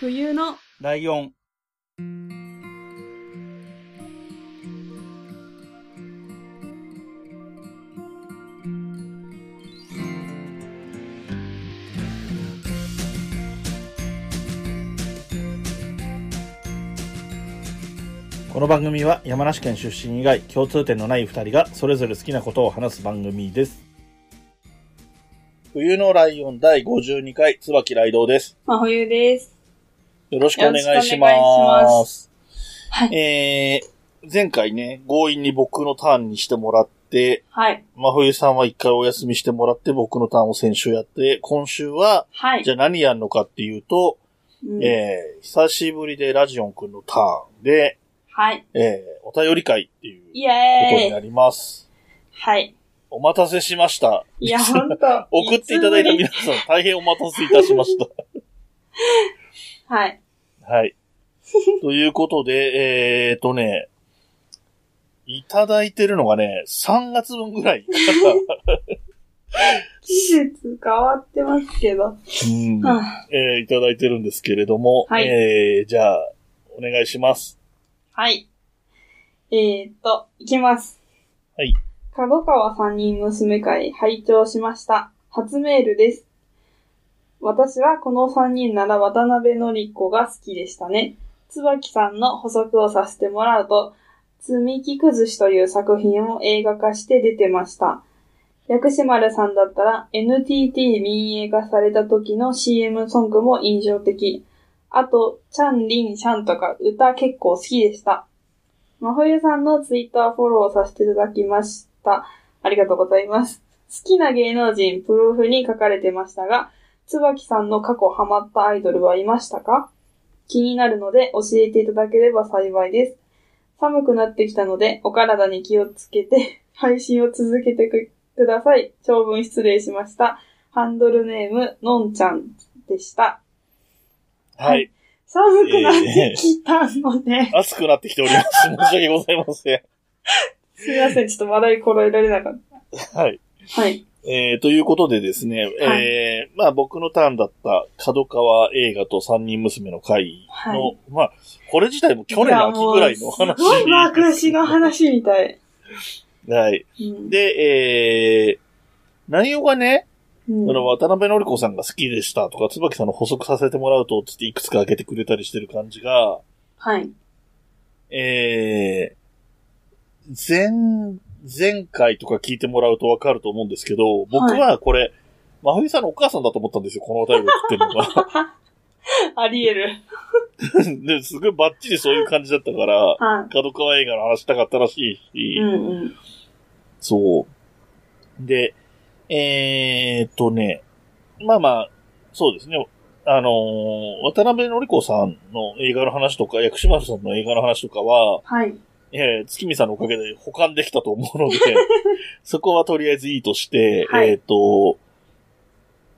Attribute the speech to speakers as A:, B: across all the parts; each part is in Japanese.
A: 冬の
B: ライオン。この番組は山梨県出身以外共通点のない2人がそれぞれ好きなことを話す番組です。冬のライオン第52回、椿ライドウです。
A: 真冬です。
B: よろしくお願いし
A: よろしくお願いし
B: ま。
A: ますは
B: えー、前回ね、強引に僕のターンにしてもらって、
A: はい。
B: 真冬さんは一回お休みしてもらって、僕のターンを先週やって、今週は、
A: はい。
B: じゃあ何やるのかっていうと、
A: うん
B: えー、久しぶりでラジオンくんのターンで、
A: はい。
B: えー、お便り会ってい
A: イ
B: うこと
A: エー
B: にな
A: イ
B: ります。
A: はい。
B: お待たせしました。。
A: いや、ほんと
B: 送っていただいた
A: つぶり
B: 皆さん、大変お待たせいたしました。
A: はい。
B: はい。ということで、え ー、っとね、いただいてるのがね、3月分ぐ らい。
A: 季節変わってますけど。
B: うん
A: は
B: えーいただいてるんですけれども、
A: はい
B: えー、じゃあ、お願いします。
A: い。えー、っと、いきます。
B: はい。
A: 角川三人娘会拝聴しました。初メールです。私はこの三人なら渡辺典子が好きでしたね。椿さんの補足をさせてもらうと、積み木崩しという作品を映画化して出てました。薬師丸さんだったら NTT 民営化された時の CM ソングも印象的。あと、チャン・リン・シャンとか歌結構好きでした。真冬さんのツイッターフォローさせていただきました。ありがとうございます。好きな芸能人、プロフに書かれてましたが、椿さんの過去ハマったアイドルはいましたか気になるので教えていただければ幸いです。寒くなってきたので、お体に気をつけて、配信を続けてくください。長文失礼しました。ハンドルネーム、のんちゃんでした。
B: はい。
A: 寒くなってきたので、
B: 熱くなってきており ます。申し訳ございません。
A: すみません、ちょっと笑いこらえられなかっ
B: はい。
A: た。はい。
B: えー、ということでですね、
A: はい
B: えー、まあ僕のターンだった、角川映画と三人娘の会の、
A: はい
B: まあ、これ自体も去年の秋ぐらいの話。
A: すごい昔の話みたい。
B: はい。
A: うん、
B: で、えー、内容がね、
A: うん
B: あの、渡辺典子さんが好きでしたとか、椿さんの補足させてもらうと、つっていくつか開けてくれたりしてる感じが、
A: はい。
B: えー、前、前回とか聞いてもらうとわかると思うんですけど、僕はこれ、真冬さんのお母さんだと思ったんですよ、このお便りを送ってる
A: あり得る。
B: のが。 ですごいバッチリそういう感じだったから、
A: は
B: 角川映画の話したかったらしい
A: い。
B: し、
A: うんうん。
B: そう。で、えーっとね、まあまあ、そうですね。あのー渡辺典子さんの映画の話とか、薬師丸さんの映画の話とかは、
A: はい。
B: えー、月見さんのおかげで保管できたと思 うので、そこはとりあえずいいとして、
A: はい
B: えーっと、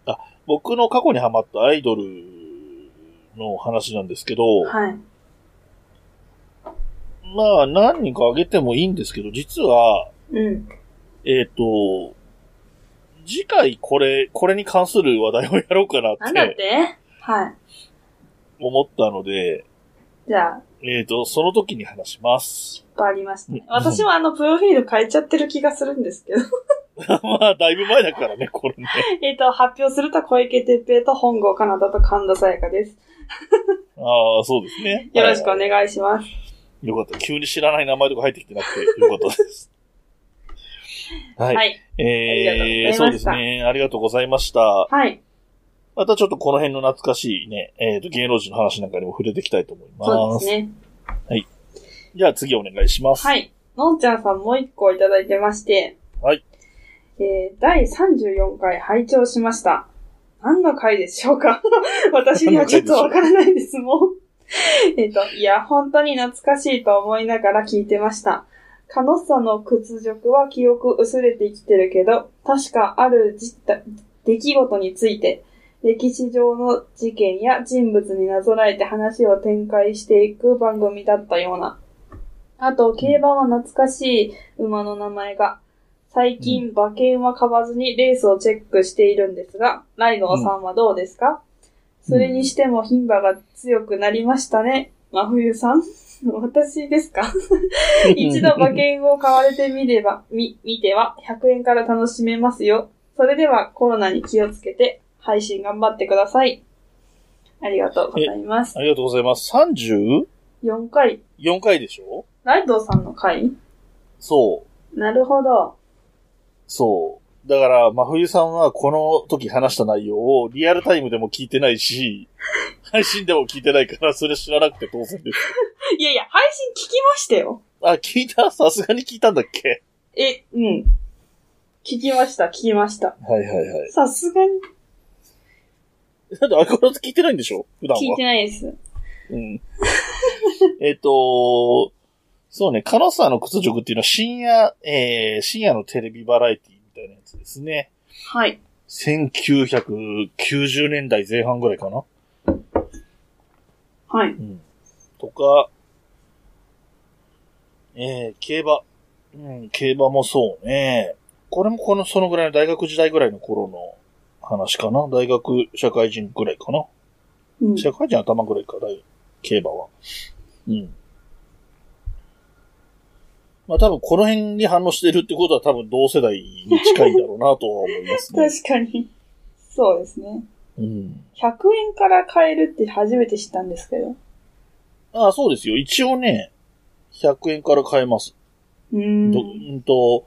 B: あ、僕の過去にハマったアイドルの話なんですけど、
A: はい。
B: まあ何人かあげてもいいんですけど、実は、
A: うん。
B: えっ、と、次回これ、これに関する話題をやろうかな
A: な
B: っ
A: んだっててはい。
B: 思ったので、
A: じゃあ、
B: えっ、と、その時に話します。
A: いっぱいありましたね
B: う。ん
A: 私もあの、プロフィール変えちゃってる気がするんですけど。
B: まあ、だいぶ前だからね、これね。
A: えっと、発表すると小池徹平と本郷かなだと神田沙也加です。
B: ああ、そうですね。
A: よろしく
B: は
A: お願いします。
B: いよかった。急に知らない名前とか入ってきてなくて、よかった です。はい。
A: はい。
B: え
A: ありがとうございました
B: ー、そうですね。ありがとうございました。
A: はい。
B: またちょっとこの辺の懐かしいね、えっ、と、芸能人の話なんかにも触れていきたいと思います。
A: そうですね。
B: じゃあ次お願いします。
A: は。い。のんちゃんさんもう一個いただいてまして。
B: はい。
A: えー、第34回拝聴しました。何の回でしょうか 私にはちょっとわからないです、もう。えっと、いや、本当に懐かしいと思いながら聞いてました。カノッサの屈辱は記憶薄れてきてるけど、確かある実態出来事について、歴史上の事件や人物になぞらえて話を展開していく番組だったような。あと、競馬は懐かしい馬の名前が。最近、馬券は買わずにレースをチェックしているんですが、ライノーさんはどうですか、それにしても牝馬が強くなりましたね。真冬さん 私ですか 一 度馬券を買われてみれば、み、見ては100円から楽しめますよ。それではコロナに気をつけて配信頑張ってください。ありがとうございます。
B: ありがとうございます。34
A: 4回、
B: 回でしょ
A: ライドさんの回
B: そう。
A: なるほど。
B: そう。だから、真冬さんはこの時話した内容をリアルタイムでも聞いてないし、 配信でも聞いてないから、それ知らなくて当然です。
A: いやいや、配信聞きましたよ。
B: あ、聞いたさすがに聞いたんだっけ
A: え、うん。聞きました、聞きました。
B: はいはいはい。
A: さすがに
B: だって相変わらず聞いてないんでしょ普段は。
A: 聞いてないです。
B: うん。 えっと、そうね、カノッサーの屈辱っていうのは深夜、えー、深夜のテレビバラエティみたいなやつですね。
A: はい。
B: 1990年代前半ぐらいかな
A: はい。
B: うん。とか、えー、競馬。うん、競馬もそうね。これもこの、そのぐらいの大学時代ぐらいの頃の話かな。大学、社会人ぐらいかな。
A: うん、
B: 社会人頭ぐらいから、競馬は。うん。まあ多分この辺に反応してるってことは多分同世代に近いんだろうなとは思います ね。
A: 確かに。そうですね。
B: うん。
A: 100円から買えるって初めて知ったんですけど。
B: ああ、そうですよ。一応ね、100円から買えます。
A: うー。
B: どうんんと、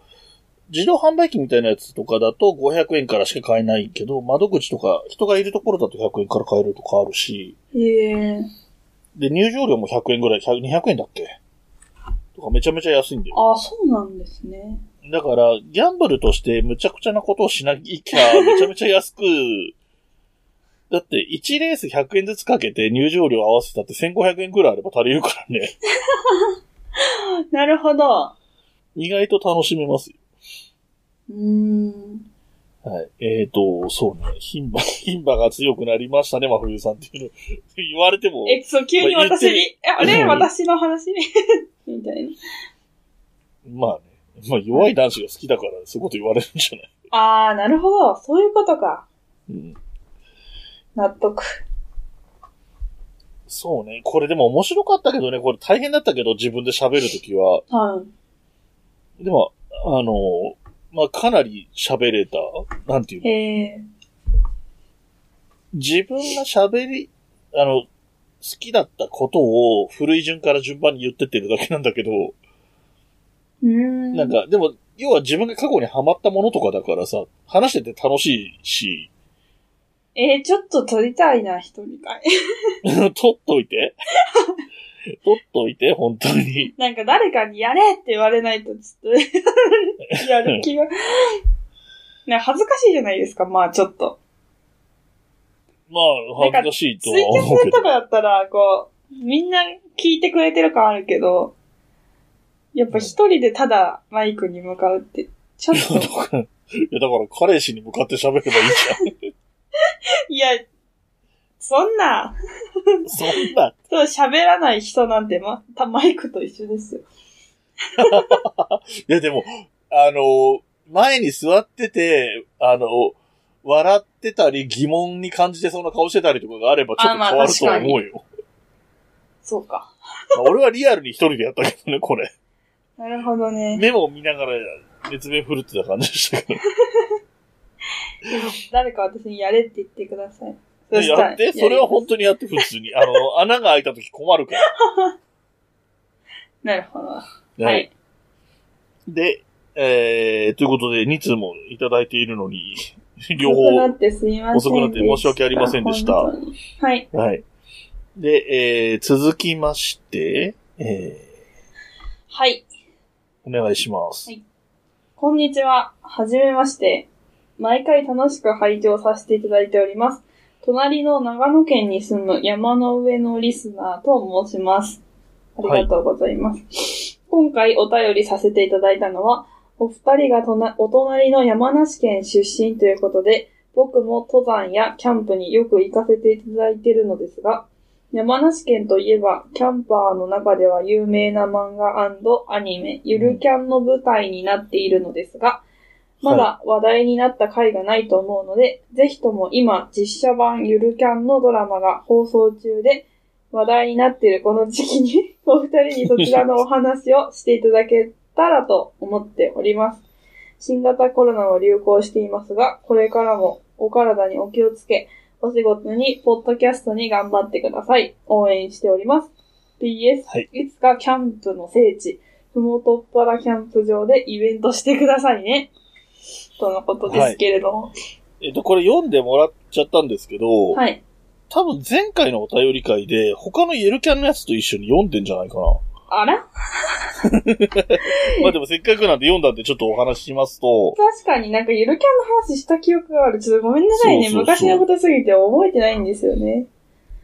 B: 自動販売機みたいなやつとかだと500円からしか買えないけど、窓口とか人がいるところだと100円から買えるとかあるし、
A: ええ
B: で、入場料も100円ぐらい、100 200円だっけとかめちゃめちゃ安いんだよ。
A: ああ、そうなんですね。
B: だから、ギャンブルとしてむちゃくちゃなことをしなき ゃ、めちゃめちゃ安く、だって1レース100円ずつかけて入場料合わせたって1500円くらいあれば足りるからね。
A: なるほど。
B: 意外と楽しめますよ。
A: うーん。
B: はい。えっ、と、そうね。牝馬、 牝馬が強くなりましたね、真冬さんっていうの。 言われても。
A: え、そう、急に
B: まあ言
A: 私
B: ってる
A: に、えあ れ
B: うん
A: 私の話みたいな。
B: まあね。まあ弱い男子が好きだから、そういうこと言われるんじゃない
A: ああ、なるほど。そういうことか。
B: うん。
A: 納得。
B: そうね。これでも面白かったけどね。これ大変だったけど、自分で喋るときは。
A: はい。
B: でも、あの、まあ、かなり喋れた、なんていうの
A: ええ
B: 自分が喋り、あの、好きだったことを古い順から順番に言ってってるだけなんだけど、
A: うーん。
B: なんか、でも、要は自分が過去にハマったものとかだからさ、話してて楽しいし、
A: えー、ちょっと撮りたいな、 一人会。
B: 取っとい て。取っといて、本当に。
A: なんか誰かにやれって言われないと、 ちょっと、やる 気が。ね、恥ずかしいじゃないですか、まあちょっと。
B: まあ、恥ずかしいと
A: ツイ
B: は
A: キャ
B: 思うけ
A: スと
B: ど
A: か。だったら、こう、みんな聞いてくれてる感あるけど、やっぱ一人でただマイクに向かうって、ちょっ と、
B: いや、だから彼氏に向かって喋ればいいじ
A: いや、そんな、
B: ゃん。 そんな、
A: そう喋らない人なんて、ま、たマイクと一緒ですよ。
B: いや、でも、あの、前に座ってて、あの、笑ってたり、疑問に感じてそうな顔してたりとかがあれば、ちょっと変わると思うよ。
A: そうか。
B: まあ俺はリアルに一人でやったけどね、これ。
A: なるほどね。
B: メモを見ながら、熱弁振るってた感じでしたけ
A: 誰か私にやれって言ってください。
B: ど。
A: そしたら
B: やって、それは本当にやって、普通に。あの、 穴が開いた時困るか
A: なるほど。
B: ら。
A: はい。。
B: で、えー、ということで、2通もいただいている のに、両
A: 遅くな
B: 方。
A: ってすみませんでした。
B: 遅くなって申し訳ありませんでした
A: 本当にはい。
B: はい。で、えー、続きまして、えー、
A: はい。
B: お願いします。
A: はいこんにちは。はじめまして。毎回楽しく拝聴させていただいております。隣の長野県に住む山の上のリスナーと申します。ありがとうございます。今回お便りさせていただいたのは、お二人がとなお隣の山梨県出身ということで、僕も登山やキャンプによく行かせていただいているのですが、山梨県といえば、キャンパーの中では有名な漫画アニメ、ゆるキャンの舞台になっているのですが、まだ話題になった回がないと思うので、ぜひとも今、実写版ゆるキャンのドラマが放送中で、話題になっているこの時期に、 お二人にそちらのお話をしていただけたらと思っております。新型コロナも流行していますが、これからもお体にお気をつけ、お仕事に、ポッドキャストに頑張ってください。応援しております。PS、
B: はい
A: い、つかキャンプの聖地、ふもとっぱらキャンプ場でイベントしてくださいね。とのことですけれども。
B: えっと、これ読んでもらっちゃったんですけど、
A: はい。
B: 多分前回のお便り会で、他のゆるキャンのやつと一緒に読んでんじゃないかな。
A: あら
B: まあでもせっかくなんで読んだんでちょっとお話ししますと、
A: 確かになんかゆるキャンの話した記憶がある。ちょっとごめんなさいね。
B: そうそうそう
A: 昔のことすぎて覚えてないんですよね。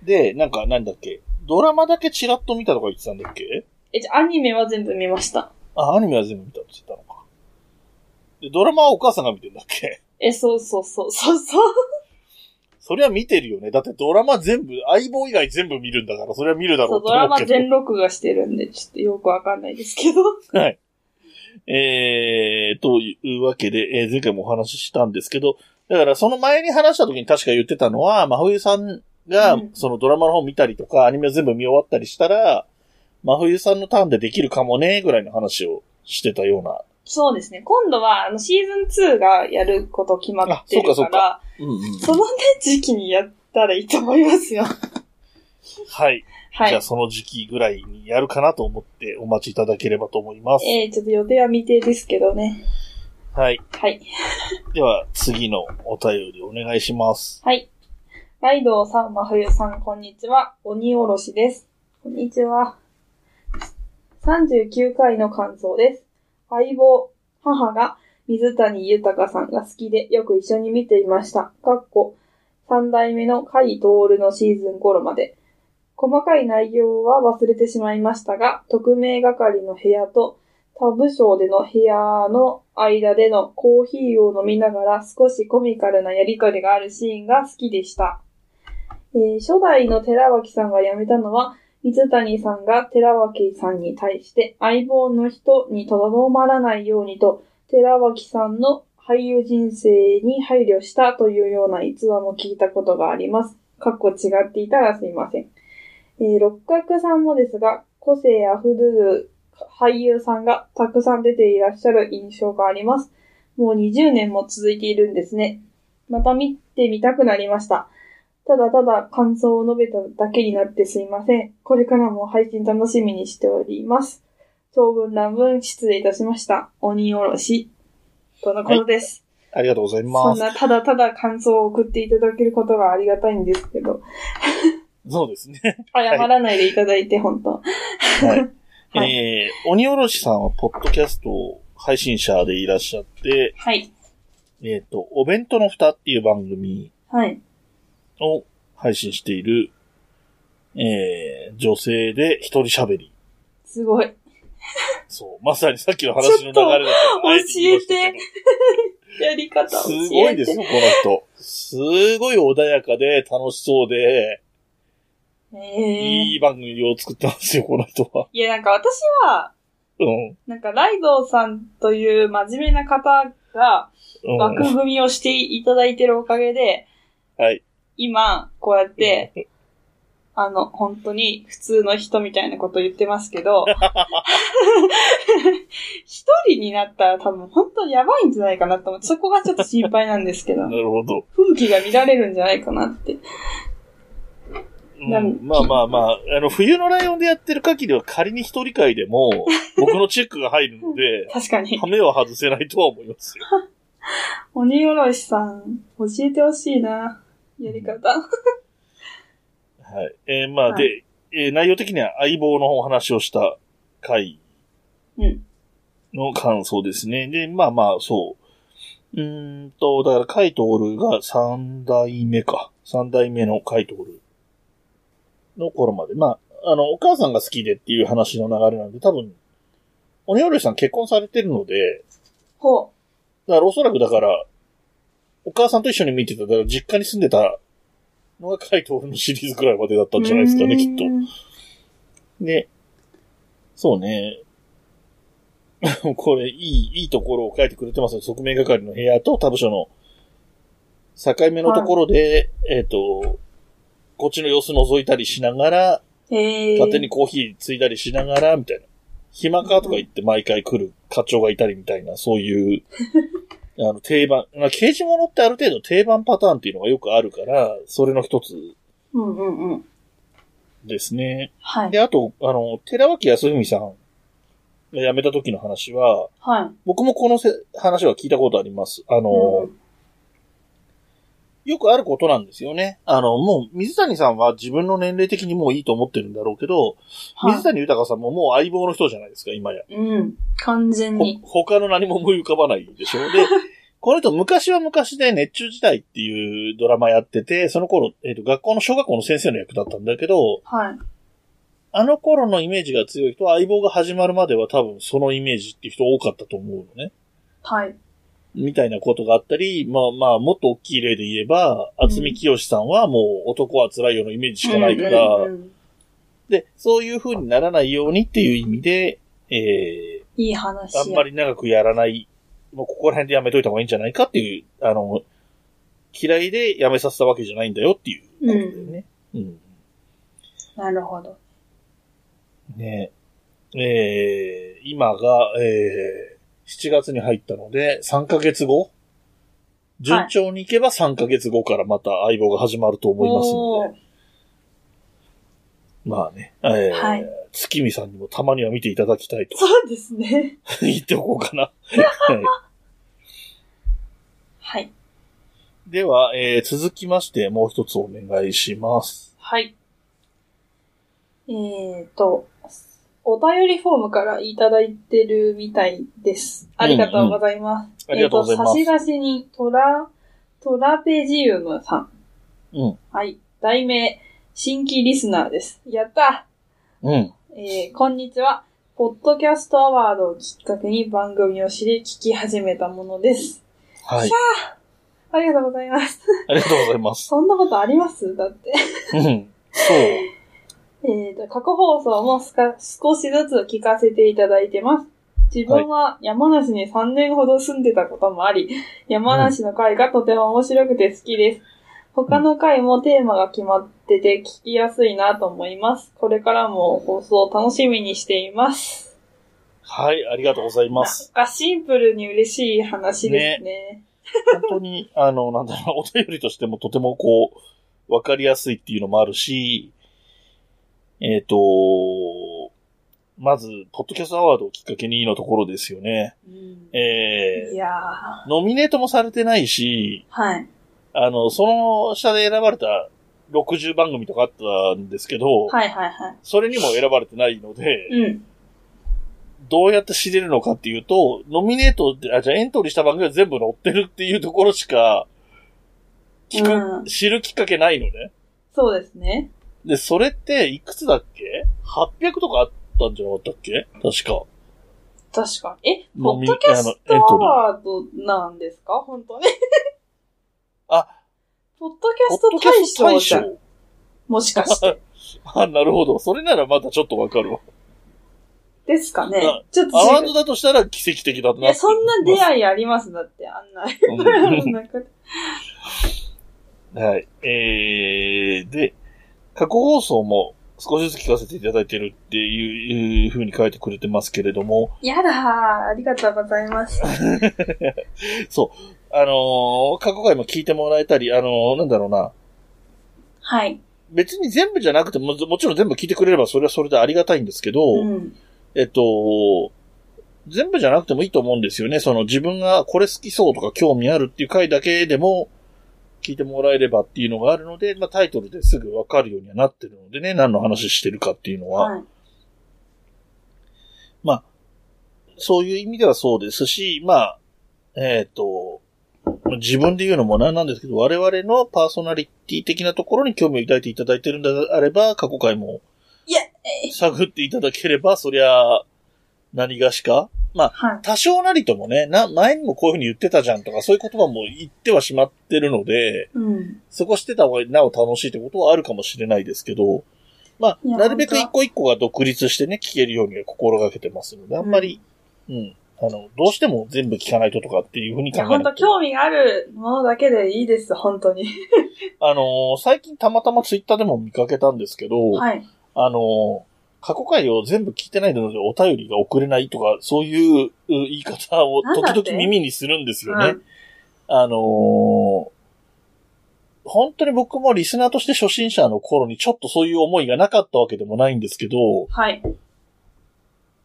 B: で、なんかなんだっけ、ドラマだけチラッと見たとか言ってたんだっけ
A: え、じゃあアニメは全部見ました。
B: あ、アニメは全部見たって言ったのか。で、ドラマはお母さんが見てんだっけ
A: え、そうそうそう、そうそう。
B: そりゃ見てるよね。だってドラマ全部、相棒以外全部見るんだから、それは見るだろ
A: そうう
B: と
A: ドラ
B: 思う
A: マ
B: けど。
A: 全録画してるんで、ちょっとよくわかんないですけど。
B: はい。 えー、というわけで、えー前回もお話ししたんですけど、だからその前に話した時に確か言ってたのは、真冬さんが
A: うん
B: そのドラマの方見たりとか、アニメを全部見終わったりしたら、真冬さんのターンでできるかもね、ぐらいの話をしてたような。
A: そうですね。今度は、あの、シーズン2がやること決まってる
B: あそ
A: か
B: うかそう
A: ら、
B: うんうん
A: そのね、時期にやったらいいと思いますよ。
B: はい。
A: は
B: じゃあ
A: い。
B: その時期ぐらいにやるかなと思ってお待ちいただければと思います。
A: えー、ちょっと予定は未定ですけどね。
B: はい。
A: はい。
B: では次のお便りお願いします。
A: はい。ライドウさん、真冬さん、こんにちは。鬼おろしです。こんにちは。39回の感想です。相棒、母が水谷豊さんが好きでよく一緒に見ていました。かっこ、3代目の甲斐徹のシーズン頃まで。細かい内容は忘れてしまいましたが、特命係の部屋と他部署での部屋の間でのコーヒーを飲みながら少しコミカルなやりとりがあるシーンが好きでした。えー初代の寺脇さんが辞めたのは、水谷さんが寺脇さんに対して相棒の人にとどまらないようにと、寺脇さんの俳優人生に配慮したというような逸話も聞いたことがあります。かっこ違っていたらすいません。えー六角さんもですが、個性あふれる俳優さんがたくさん出ていらっしゃる印象があります。もう20年も続いているんですね。また見てみたくなりました。ただただ感想を述べただけになってすいません。これからも配信楽しみにしております。長文乱文失礼いたしました。鬼おろし。とのことです。
B: ありがとうございま
A: そん
B: す。
A: なただただ感想を送っていただけることがありがたいんですけど、
B: そうですね。
A: 謝らないでいただいて、本当
B: はい。
A: は
B: えー、鬼おろしさんは、ポッドキャスト配信者でいらっしゃって、
A: はい。
B: えっ、と、お弁当の蓋っていう番組
A: はい。
B: を配信している、えー、女性で一人喋り。
A: すごい。
B: そう、まさにさっきの話の流れだったから
A: ちょっと
B: あえ言いましたけど
A: やり方教えて。
B: すごいですよ、この人。すごい穏やかで楽しそうで、
A: ええ
B: いい番組を作ったんですよ、この人は。
A: いや、なんか私は、
B: うん。
A: なんかライドウさんという真面目な方が
B: うん、
A: 枠組みをしていただいてるおかげで、
B: はい。
A: 今、こうやって、あの、本当に普通の人みたいなこと言ってますけど、一人になったら多分本当にやばいんじゃないかなと思って、そこがちょっと心配なんですけど
B: な、るほど。
A: 風紀が乱れるんじゃないかなって。
B: う
A: なん、
B: ん、まあまあまあ、あの、冬のライオンでやってる限りは仮に一人会でも、 僕のチェックが入るので
A: 確かに
B: ハ。メは外せないとは思いますよ。
A: 鬼おろしさん、教えてほしいな。やり方。
B: はい。えーまあ、
A: はい
B: で、えー内容的には相棒のお話をした回
A: うん
B: の感想ですね。で、まあまあ、そう。うーんと、だから、カイトオルが三代目か。三代目のカイトオルの頃まで。まあ、あの、お母さんが好きでっていう話の流れなんで、多分、おねおろしさん結婚されてるので、
A: ほう。
B: だからおそらくだから、お母さんと一緒に見てた、だから実家に住んでたのがカイトオルのシリーズくらいまでだったんじゃないですかね、きっと。
A: うーん
B: で、そうね。 これ、いい、いいところを書いてくれてますよ。側面係の部屋と他部署の境目のところで、えっ、と、こっちの様子覗いたりしながら、
A: へえ。
B: 勝手にコーヒーついたりしながら、みたいな。暇かとか言って毎回来る課長がいたりみたいな、そういう、あの、定番。まあ、刑事物ってある程度定番パターンっていうのがよくあるから、それの一つ
A: うんうんうん。
B: ですね。
A: はい。
B: で、あと、あの、寺脇康文さんが辞めた時の話は、
A: はい。
B: 僕もこのせ話は聞いたことあります。あの、
A: うん
B: よくあることなんですよね。あの、もう、水谷さんは自分の年齢的にもういいと思ってるんだろうけど、
A: は
B: 水谷豊さんももう相棒の人じゃないですか、今や。
A: い。うん。完全
B: ほ
A: に。
B: 他の何も思い浮かばないでしょ。 で、この人昔は昔で熱中時代っていうドラマやってて、その頃、えっ、と、学校の小学校の先生の役だったんだけど、
A: はい。
B: あの頃のイメージが強い人は相棒が始まるまでは多分そのイメージっていう人多かったと思うのね。
A: はい。
B: みたいなことがあったり、まあまあ、もっと大きい例で言えば、
A: うん
B: 厚み清さんはもう男は辛いよのイメージしかないから、
A: うんうんうん
B: で、そういう風にならないようにっていう意味で、え
A: いい話
B: ー、
A: や。
B: あんまり長くやらない、もうここら辺でやめといた方がいいんじゃないかっていう、あの、嫌いでやめさせたわけじゃないんだよっていうことだよね。うん。
A: なるほど。
B: ねえー、今が、えー、7月に入ったので、3ヶ月後順調にいけば3ヶ月後からまた相棒が始まると思いますの
A: お
B: で、
A: ー
B: まあね、えー
A: はい
B: 月見さんにもたまには見ていただきたいと
A: そうですね。
B: 言っておこうかな。 はい
A: はい。
B: では、えー、続きまして、もう一つお願いします。
A: はい。えーと、お便りフォームからいただいてるみたいです。ありがとうございます。
B: ありがとうございます
A: えーと、。差出にトラ、トラペジウムさん。
B: うん。
A: はい。題名、新規リスナーです。やった
B: うん。
A: えーこんにちは。ポッドキャストアワードをきっかけに番組を知り聞き始めたものです。
B: はい。
A: ありがとうございます。
B: ありがとうございます。
A: そんなことありますだって。
B: うん。そう。
A: えーと、過去放送もすか少しずつ聞かせていただいてます。自分は山梨に3年ほど住んでたこともあり、山梨の回がとても面白くて好きです。他の回もテーマが決まってて聞きやすいなと思います。これからも放送を楽しみにしています。
B: はい、ありがとうござい
A: な
B: ま
A: ん
B: す。
A: かシンプルに嬉しい話ですね。
B: 本当に、 あの、なんだろう、お便りとしてもとてもこう、わかりやすいっていうのもあるし、えっ、と、まず、ポッドキャストアワードをきっかけにのところですよね。
A: うん
B: え
A: いやー、
B: ー、ノミネートもされてないし、
A: はい。
B: あの、その下で選ばれた60番組とかあったんですけど、
A: はいはいはい。
B: それにも選ばれてないので、
A: うん。
B: どうやって知れるのかっていうと、ノミネートで、あ、じゃあエントリーした番組は全部載ってるっていうところしか、聞く、
A: うん
B: 知るきっかけないのね。
A: そうですね。
B: で、それって、いくつだっけ ?800 とかあったんじゃなかったっけ確か。
A: 確かに。え、ポ
B: 飲
A: ッ
B: み
A: ドキャスト
B: あのエントリー
A: アワードなんですか本当ね。
B: あ、
A: ポッド
B: ポッド
A: キ
B: キャ
A: ャ
B: ス
A: スト
B: ト
A: 大
B: 大
A: 賞じゃん。
B: 賞。
A: もしかして。
B: あ、なるほど。それならまだちょっとわかるわ。
A: ですかね
B: あ。
A: ちょっと
B: アワ ー
A: 違
B: ド
A: う。
B: だとしたら奇跡的だな。
A: いや、そんな出会いありますだって、あんな。
B: うん
A: なんか
B: はい。えー、で、過去放送も少しずつ聞かせていただいてるっていういう風に書いてくれてますけれども、
A: やだー。ありがとうございます。
B: あのー過去回も聞いてもらえたり、あのーなんだろうな、
A: はい。
B: 別に全部じゃなくても、もちろん全部聞いてくれればそれはそれでありがたいんですけど、
A: うん。
B: えっと、全部じゃなくてもいいと思うんですよね。その自分がこれ好きそうとか興味あるっていう回だけでも聞いてもらえればっていうのがあるので、まあタイトルですぐわかるようにはなってるのでね、何の話してるかっていうのは。
A: はい。
B: そういう意味ではそうですし、まあ、えっ、と、自分で言うのもなんなんですけど、我々のパーソナリティ的なところに興味を抱いていただいてるんであれば、過去回も
A: いや、
B: 探っていただければ、そりゃ、何がしか。まあ、
A: はい。
B: 多少なりともね、な、前にもこういうふうに言ってたじゃんとか、そういう言葉も言ってはしまってるので、
A: うん。
B: そこしてた方がなお楽しいってことはあるかもしれないですけど、まあ、
A: いや
B: なるべく
A: 本当
B: 一個一個が独立してね、聞けるようには心がけてますので、あんまりうん。あの、どうしても全部聞かないととかっていうふうに
A: い
B: 考え
A: や、
B: る。
A: 本当興味あるものだけでいいです、本当に。
B: あのー最近たまたまツイッターでも見かけたんですけど、
A: はい。
B: あのー過去回を全部聞いてないのでお便りが送れないとか、そういうう言い方を
A: なんだって
B: 時々耳にするんですよ
A: う
B: ね。
A: ん
B: あのー本当に僕もリスナーとして初心者の頃にちょっとそういう思いがなかったわけでもないんですけど、
A: はい。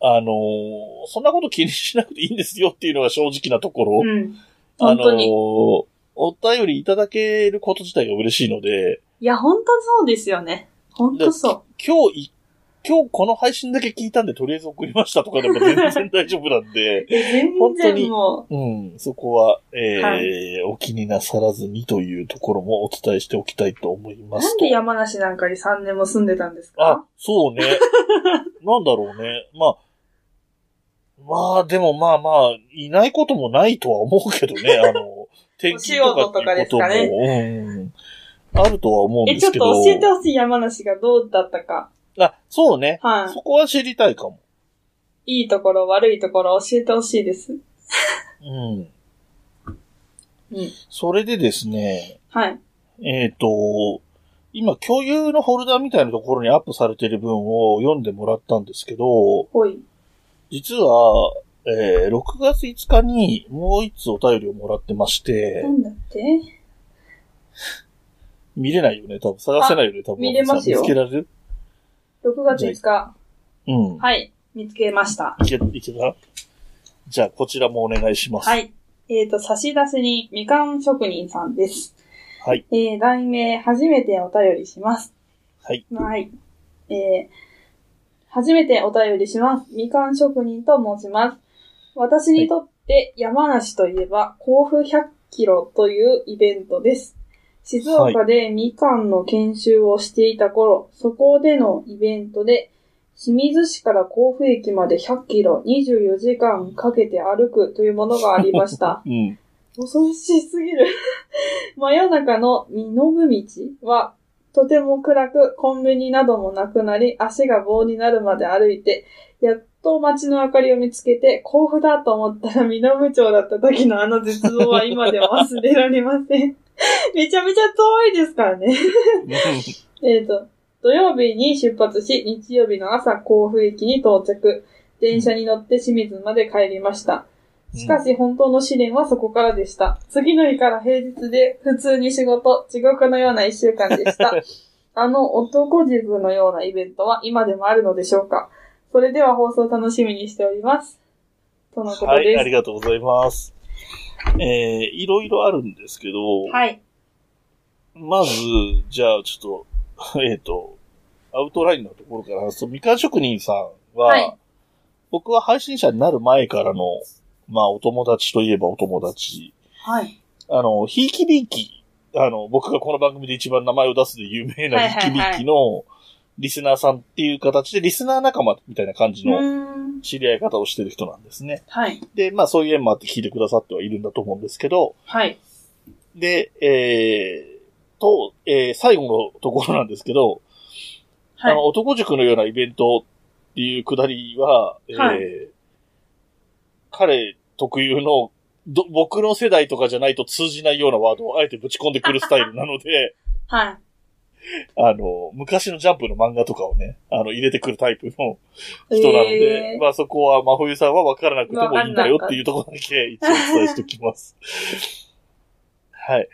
B: あのーそんなこと気にしなくていいんですよっていうのが正直なところ、
A: うん。
B: あ
A: 本
B: の
A: 当に。
B: ーお便りいただけること自体が嬉しいので、
A: いや、本当そうですよね。本当そ
B: 今日い、今日この配信だけ聞いたんでとりあえず送りましたとかでも全然大丈夫なんで、
A: う。全
B: 本当に
A: 然も
B: うん、そこは、えー
A: は、
B: お気になさらずにというところもお伝えしておきたいと思いうま
A: な
B: す
A: ん
B: と
A: で。山梨なんかに3年も住んでたんです
B: あ
A: か、
B: そうね。 なんだろうね。まあ、まあでもまあまあ、いないこともないとは思うけど ね、あの、天気とかっていうこと
A: お仕事と
B: も、
A: かです
B: うん、あるとは思うん
A: え、
B: で
A: ちょ
B: す
A: っ
B: けど。
A: と教えてほしい山梨がどうだったか。
B: あ、そうね。
A: は
B: そこは知りたいかも。
A: い。いいところ、悪いところ教えてほしいです。
B: うん。
A: うん。
B: それでですね、
A: はい。
B: えっ、と、今共有のフォルダみたいなところにアップされてる文を読んでもらったんですけど、
A: ほい。
B: 実は、えー6月5日にもう一つお便りをもらってまして
A: な、んだって
B: 見れないよね、多分。探せないよね、多分。
A: 見れますよ
B: さ見つけられる
A: ?6 月5日。
B: うん。
A: はい。見つけました。
B: いけ、いけたじゃあ、こちらもお願いします。。
A: はいい。えっ、と、差出にみかん職人さんです。
B: はい。
A: えー、題名、初めてお便りします。
B: はい。
A: はい。えー、初めてお便りします。みかん職人と申します。私にとって山梨といえば、甲府100キロというイベントです。静岡でみかんの研修をしていた頃、そこでのイベントで、清水市から甲府駅まで100キロ24時間かけて歩くというものがありました。
B: うん。
A: 恐ろしすぎる。 真夜中の身延道は、とても暗くコンビニなどもなくなり、足が棒になるまで歩いて、やっと街の明かりを見つけて、甲府だと思ったら身延町だった時のあの絶望は今では忘れられません。 めちゃめちゃ遠いですからね。えー、と、土曜日に出発し、日曜日の朝、甲府駅に到着。電車に乗って清水まで帰りました。しかし、本当の試練はそこからでした。次の日から平日で、普通に仕事、地獄のような一週間で した。あの男塾のようなイベントは今でもあるのでしょうかそれでは放送楽しみにしております。とのこと
B: はい、あ
A: で
B: りがとうございます。えー、いろいろあるんですけど、
A: す。はい。
B: まず、じゃあちょっと、えっ、 と、アウトラインのところから話すと、みかん職人さんは、
A: はい
B: 僕は配信者になる前からの、まあ、お友達といえばお友達。
A: はい。
B: あの、ひいきびいき、あの、僕がこの番組で一番名前を出すで有名
A: は
B: ない
A: はい
B: ひいきびいきのリスナーさんっていう形で、リスナー仲間みたいな感じ
A: う
B: の
A: ーん。
B: 知り合い方をしてる人なんですね。
A: はい。
B: で、まあ、そういう縁もあって聞いてくださってはいるんだと思うんですけど、
A: はい。
B: で、えー、と、えー、最後のところなんですけど、
A: は
B: あ
A: い。
B: の、男塾のようなイベントっていうくだりは、えー
A: は
B: 彼特有のど、僕の世代とかじゃないと通じないようなワードをあえてぶち込んでくるスタイルなので、
A: はい。
B: あの、昔のジャンプの漫画とかをね、あの、入れてくるタイプの人なので、
A: えー
B: まあそこは真冬さんは分からなくてもいいんだよ
A: わかんなかった
B: っていうところだけ一応お伝えしておきます。 はい。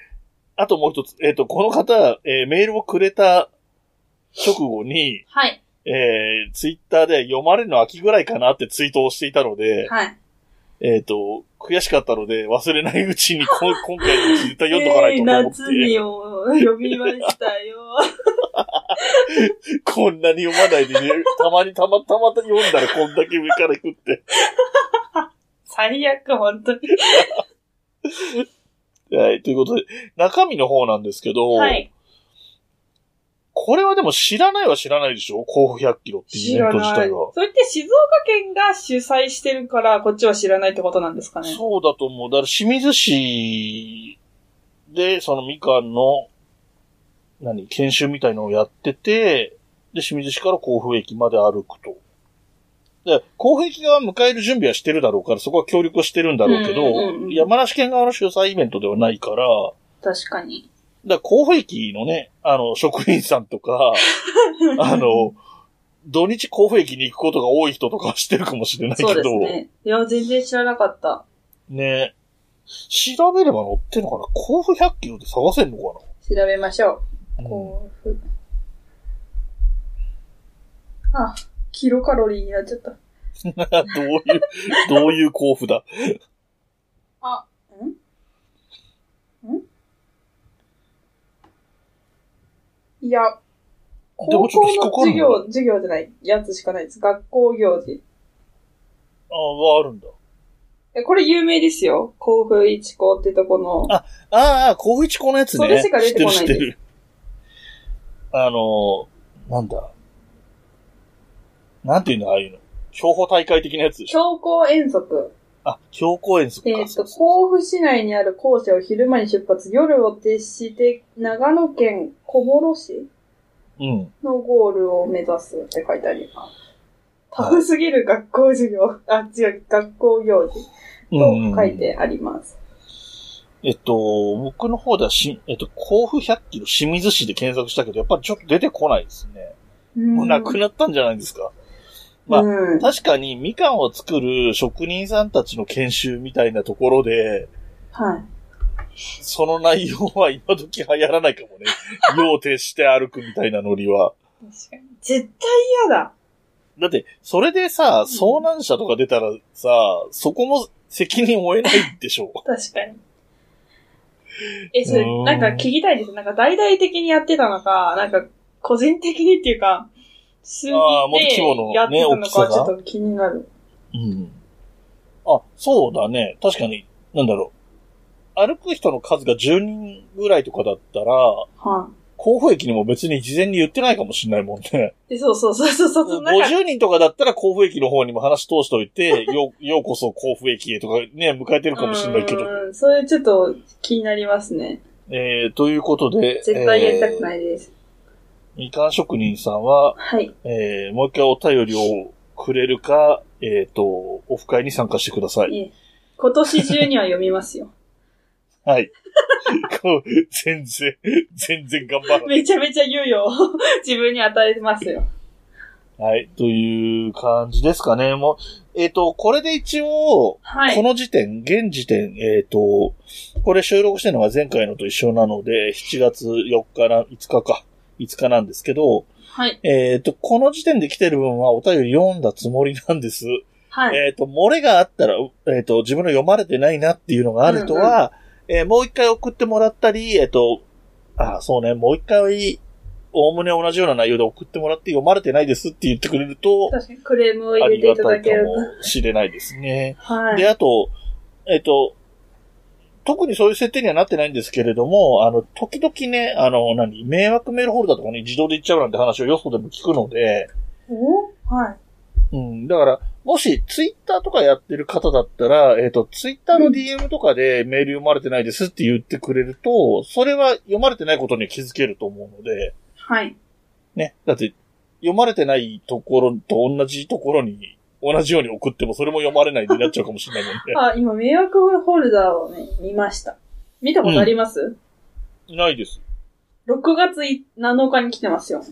B: あともう一つ、えっ、と、この方、えーメールをくれた直後に、
A: はい。
B: えー、ツイッターで読まれるの秋ぐらいかなってツイートをしていたので、
A: はい。
B: えっ、と、悔しかったので忘れないうちに こ今回のうち絶対読んどかないと
A: えー
B: 思って、
A: 夏にを呼びましたよ。
B: こんなに読まないで、ね、 たまにたまたまた読んだらこんだけ上から行くって。
A: 最悪、本当に。
B: はい、ということで、中身の方なんですけど、
A: はい。
B: これはでも知らないは知らないでしょ甲府100キロっていうイ
A: 知
B: ベン
A: ら
B: ト自
A: ない。
B: 体は
A: そ。れって静岡県が主催してるから、こっちは知らないってことなんですかね。
B: そうだと思う。だから清水市で、そのみかんの、何、研修みたいのをやってて、で、清水市から甲府駅まで歩くと。で攻撃側迎える準備はしてるだろうから、そこは協力はしてるんだろうけど、
A: うんうんうん
B: 山梨県側の主催イベントではないから、
A: 確か に。
B: だから公費のね、あの、職員さん とか、あの、土日公費に行くことが多い人とかはしてるかもしれないけ
A: そうで
B: ど
A: す、ね。いや、全然知らなかった。
B: ね調べれば載ってるのかな甲府100キロで探せんのか
A: 調べましょう。
B: な、うん
A: こう、ふあ、キロカロリーになっちゃった。
B: どういう、どういう甲府だ
A: あ、んんいや、
B: で
A: 高
B: もちょっと
A: 校
B: 引っか
A: の授
B: かるんだよ
A: 業、授業じゃない、やつしかないです。学校行事。
B: あはあるんだ。
A: え、これ有名ですよ。甲府一高ってとこの。
B: ああ、甲府一高のやつ
A: そ
B: ね。
A: れしか出てこない
B: 知ってる知ってる。あのー、なんだ。なんていうんだ、ああいうの。競歩大会的なやつでし
A: 強
B: ょ
A: 行遠足。
B: あ、競歩遠足か。
A: えっ、
B: そ
A: と、
B: うそう
A: 甲府市内にある校舎を昼間に出発、夜を徹して、長野県小諸市
B: うん。
A: のゴールを目指すって書いてあります。タフすぎる学校授業、 あ、違う、学校行事
B: うん、
A: と書いてあります。
B: えっと、僕の方ではし、えっと、甲府100キロ清水市で検索したけど、やっぱりちょっと出てこないですね。もうなく
A: な
B: なったんじゃないですか。まあ
A: うん、
B: 確かに、みかんを作る職人さんたちの研修みたいなところで、
A: はい。
B: その内容は今時流行らないか もね。夜を徹して歩くみたいなノリは。
A: 確かに。絶対嫌だ。
B: だって、それでさ、遭難者とか出たらさ、そこも責任負えないでしょう。
A: 確かに。え、それ
B: うーん、
A: なんか聞きたいです。なんか大々的にやってたのか、なんか個人的にっていうか、数人
B: あーもっと規模の
A: でやってたの
B: ね大きさ
A: か、
B: が
A: ちょっと気になる。
B: うん。あ、そうだね。確かに、なんだろう。歩く人の数が10人ぐらいとかだったら、
A: は
B: 甲府駅にも別に事前に言ってないかもしれないもんね。
A: い。で、そうそうそうそうそう、そんな感じ
B: 50人とかだったら甲府駅の方にも話通しとい て、よう、ようこそ甲府駅へとかね、迎えてるかもしれないけど。
A: うんそれちょっと気になりますね。
B: えー、ということで。
A: 絶対やりたく
B: い。
A: ないです。
B: みかん職人さんは、
A: はい。
B: えー、もう一回お便りをくれるか、えっ、と、オフ会に参加してください。
A: ええ今年中には読みますよ。
B: はい。 こう全然、全然頑張らない。
A: めちゃめちゃ猶予を 自分に与えますよ。
B: はい。という感じですかね。もう、えっ、と、これで一応、
A: はい。
B: この時点、現時点、えっ、と、これ収録してるのが前回のと一緒なので、7月4日な、5日か、5日なんですけど、
A: はい。
B: えっ、と、この時点で来てる分はお便り読んだつもりなんです。
A: はい。
B: えっ、と、漏れがあったら、えっ、と、自分の読まれてないなっていうのがあるとは、えーもう一回送ってもらったり、えっ、と、あ、そうね、もう一回、おおむね同じような内容で送ってもらって読まれてないですって言ってくれると、
A: 確かにクレームを
B: あ
A: 入れ
B: り
A: てい
B: が
A: た
B: た
A: だ
B: いか
A: ける
B: もしれないですね。
A: と。はい。
B: で、あと、えっ、と、特にそういう設定にはなってないんですけれども、あの、時々ね、あの、何、迷惑メールホルダーとかに自動で行っちゃうなんて話をよそでも聞くので、
A: おはい。
B: うん。だから、もし、ツイッターとかやってる方だったら、えっ、と、ツイッターの DM とかでメール読まれてないですって言ってくれると、それは読まれてないことに気づけると思うので、
A: はい。
B: ね。だって、読まれてないところと同じところに、同じように送ってもそれも読まれないになっちゃうかもしれないもんね。
A: あ、今、迷惑ホルダーをね、見ました。見たことあります、
B: ないです。
A: ?6 月7日に来てますよ。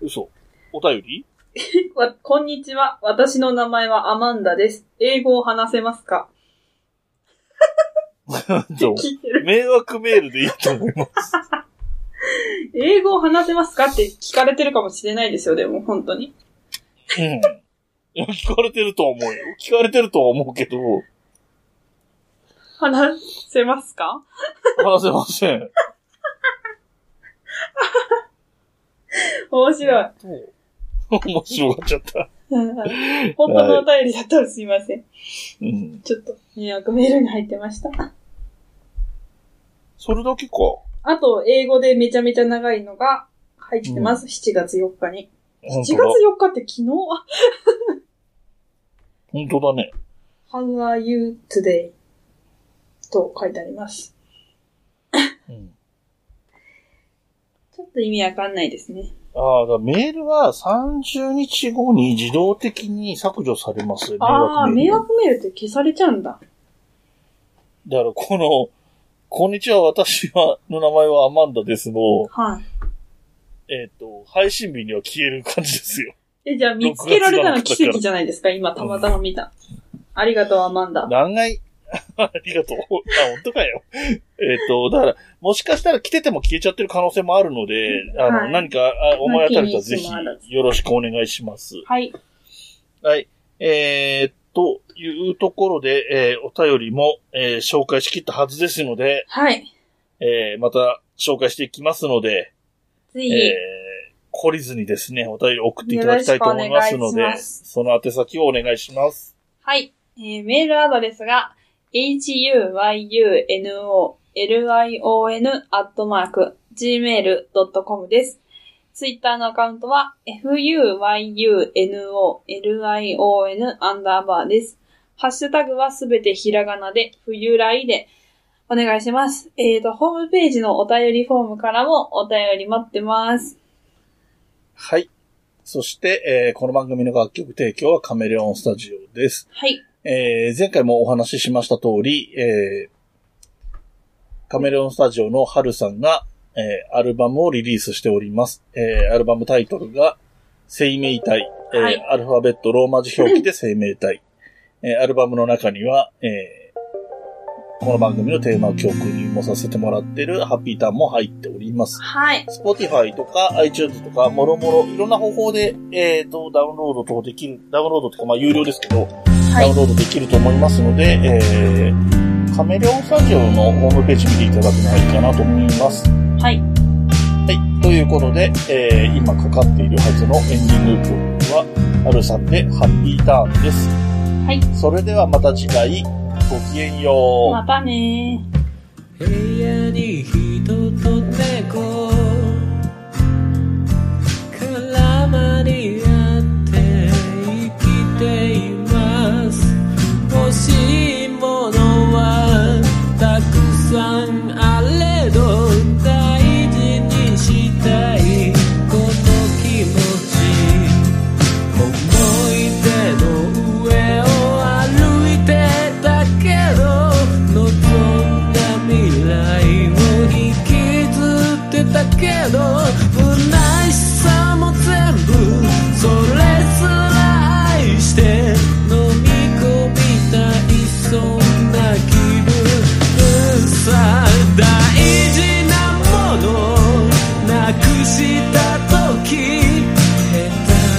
B: 嘘。お便り
A: わこんにちは。私の名前はアマンダです。英語を話せますか
B: そう
A: 聞いてる。
B: 迷惑メールでいいと思います。
A: 英語を話せますかって聞かれてるかもしれないですよ、でも、本当に。
B: うん。いや聞かれてるとは思うよ。聞かれてるとは思うけど、
A: 話せますか
B: 話せません。
A: 面白い。
B: そう。面白がっちゃった。
A: 本当のお便りだったらすいません。
B: うん。
A: ちょっと、迷惑メールに入ってました。
B: それだけか。
A: あと、英語でめちゃめちゃ長いのが入ってます。7月4日に。7
B: 本
A: 月4
B: 当だ。
A: 日って昨日
B: 本当だね。
A: How are you today? と書いてあります。
B: うん。
A: ちょっと意味わかんないですね。
B: あああ、だからメールは30日後に自動的に削除されますよ。
A: ああ、迷
B: ル
A: 惑メールって消されちゃうんだ。
B: だからこの、こんにちは、私は、の名前はアマンダですの、
A: はい。
B: えっ、と、配信日には消える感じで すよ。
A: え、じゃあ見つけられたの奇跡じゃないですか今たまたま見た。ありがとう、アマンダ。
B: 何回 ありがとう。あ、本当かよ。えっと、だから、もしかしたら来てても消えちゃってる可能性もあるので、あの、
A: はい
B: 何かあ思い当たる方はぜ
A: なきにしもあらず
B: ひ、よろしくお願いします。
A: はい。
B: はい。えー、というところで、えーお便りも、えー紹介しきったはずですので、
A: はい。
B: えーまた紹介していきますので、
A: ぜ
B: え
A: ひ、
B: ー懲りずにですね、お便り送っていただきたいと思いますの
A: よろしくお願い
B: で、
A: します
B: その宛先をお願いします。
A: はい。えーメールアドレスが、huyuno,lion アットマーク、gmail.com です。ツイッターのアカウントは、fuyuno,lion アンダーバーです。ハッシュタグはすべてひらがなで、冬来で、お願いします。えーと、ホームページのお便りフォームからもお便り待ってます。
B: はい。そして、えーこの番組の楽曲提供はカメレオンスタジオです。
A: はい。
B: えー前回もお話ししました通り、えーカメレオンスタジオのハルさんが、えーアルバムをリリースしております。えーアルバムタイトルが、生命体、えー
A: はい
B: アルファベットローマ字表記で 生命体。えーアルバムの中には、えーこの番組のテーマ曲にもさせてもらってるハッピーターンも入っております。
A: はい。
B: Spotify とか iTunes とか、もろもろ、いろんな方法で、えっ、と、ダウンロード等できる、ダウンロードとか、まあ、有料ですけど、
A: は
B: ダウン
A: い。
B: ロードできると思いますので、えー、カメレオンスタジオのホームページ見ていただけないかなと思います。は
A: はい。
B: い。ということで、えー、今かかっているはずのエンディング曲は、ハルさんでハッピーターンです。
A: はい。
B: それではまた次回、ごきげんよう。
A: またねー。
C: 部屋に人と猫絡まり合って生きています欲しいものはたくさんあれど大事にしたいこの気持ち思い出の上を歩いてたけど望んだ未来を引きずってたけど不なしさも全部それすら愛して飲み込みたいそんな気分さ大事なものなくした時へた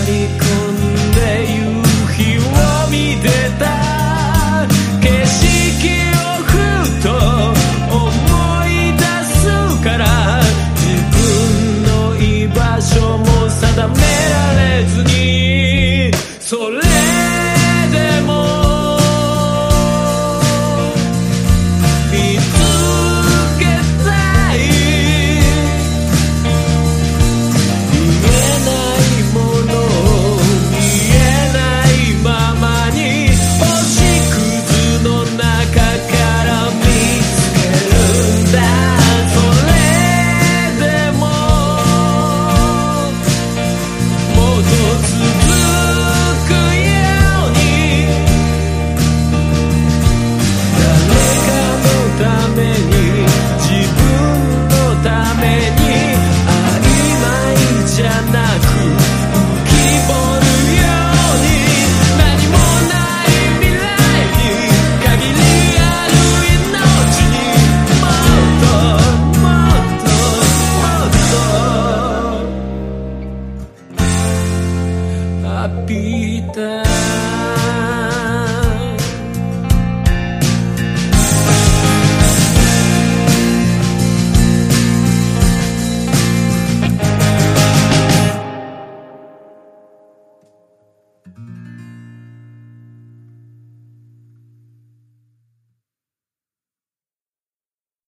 C: り込んで夕日を見てた景色をふと思い出すから自分の居場所も定められずにそれでも見つけたい見えないもの見えないままに星屑の中から見つけるんだそれでももっと続くように誰かのために自分のために曖昧じゃなく浮き彫るように何もない未来に限りある命にもっともっともっと浴びた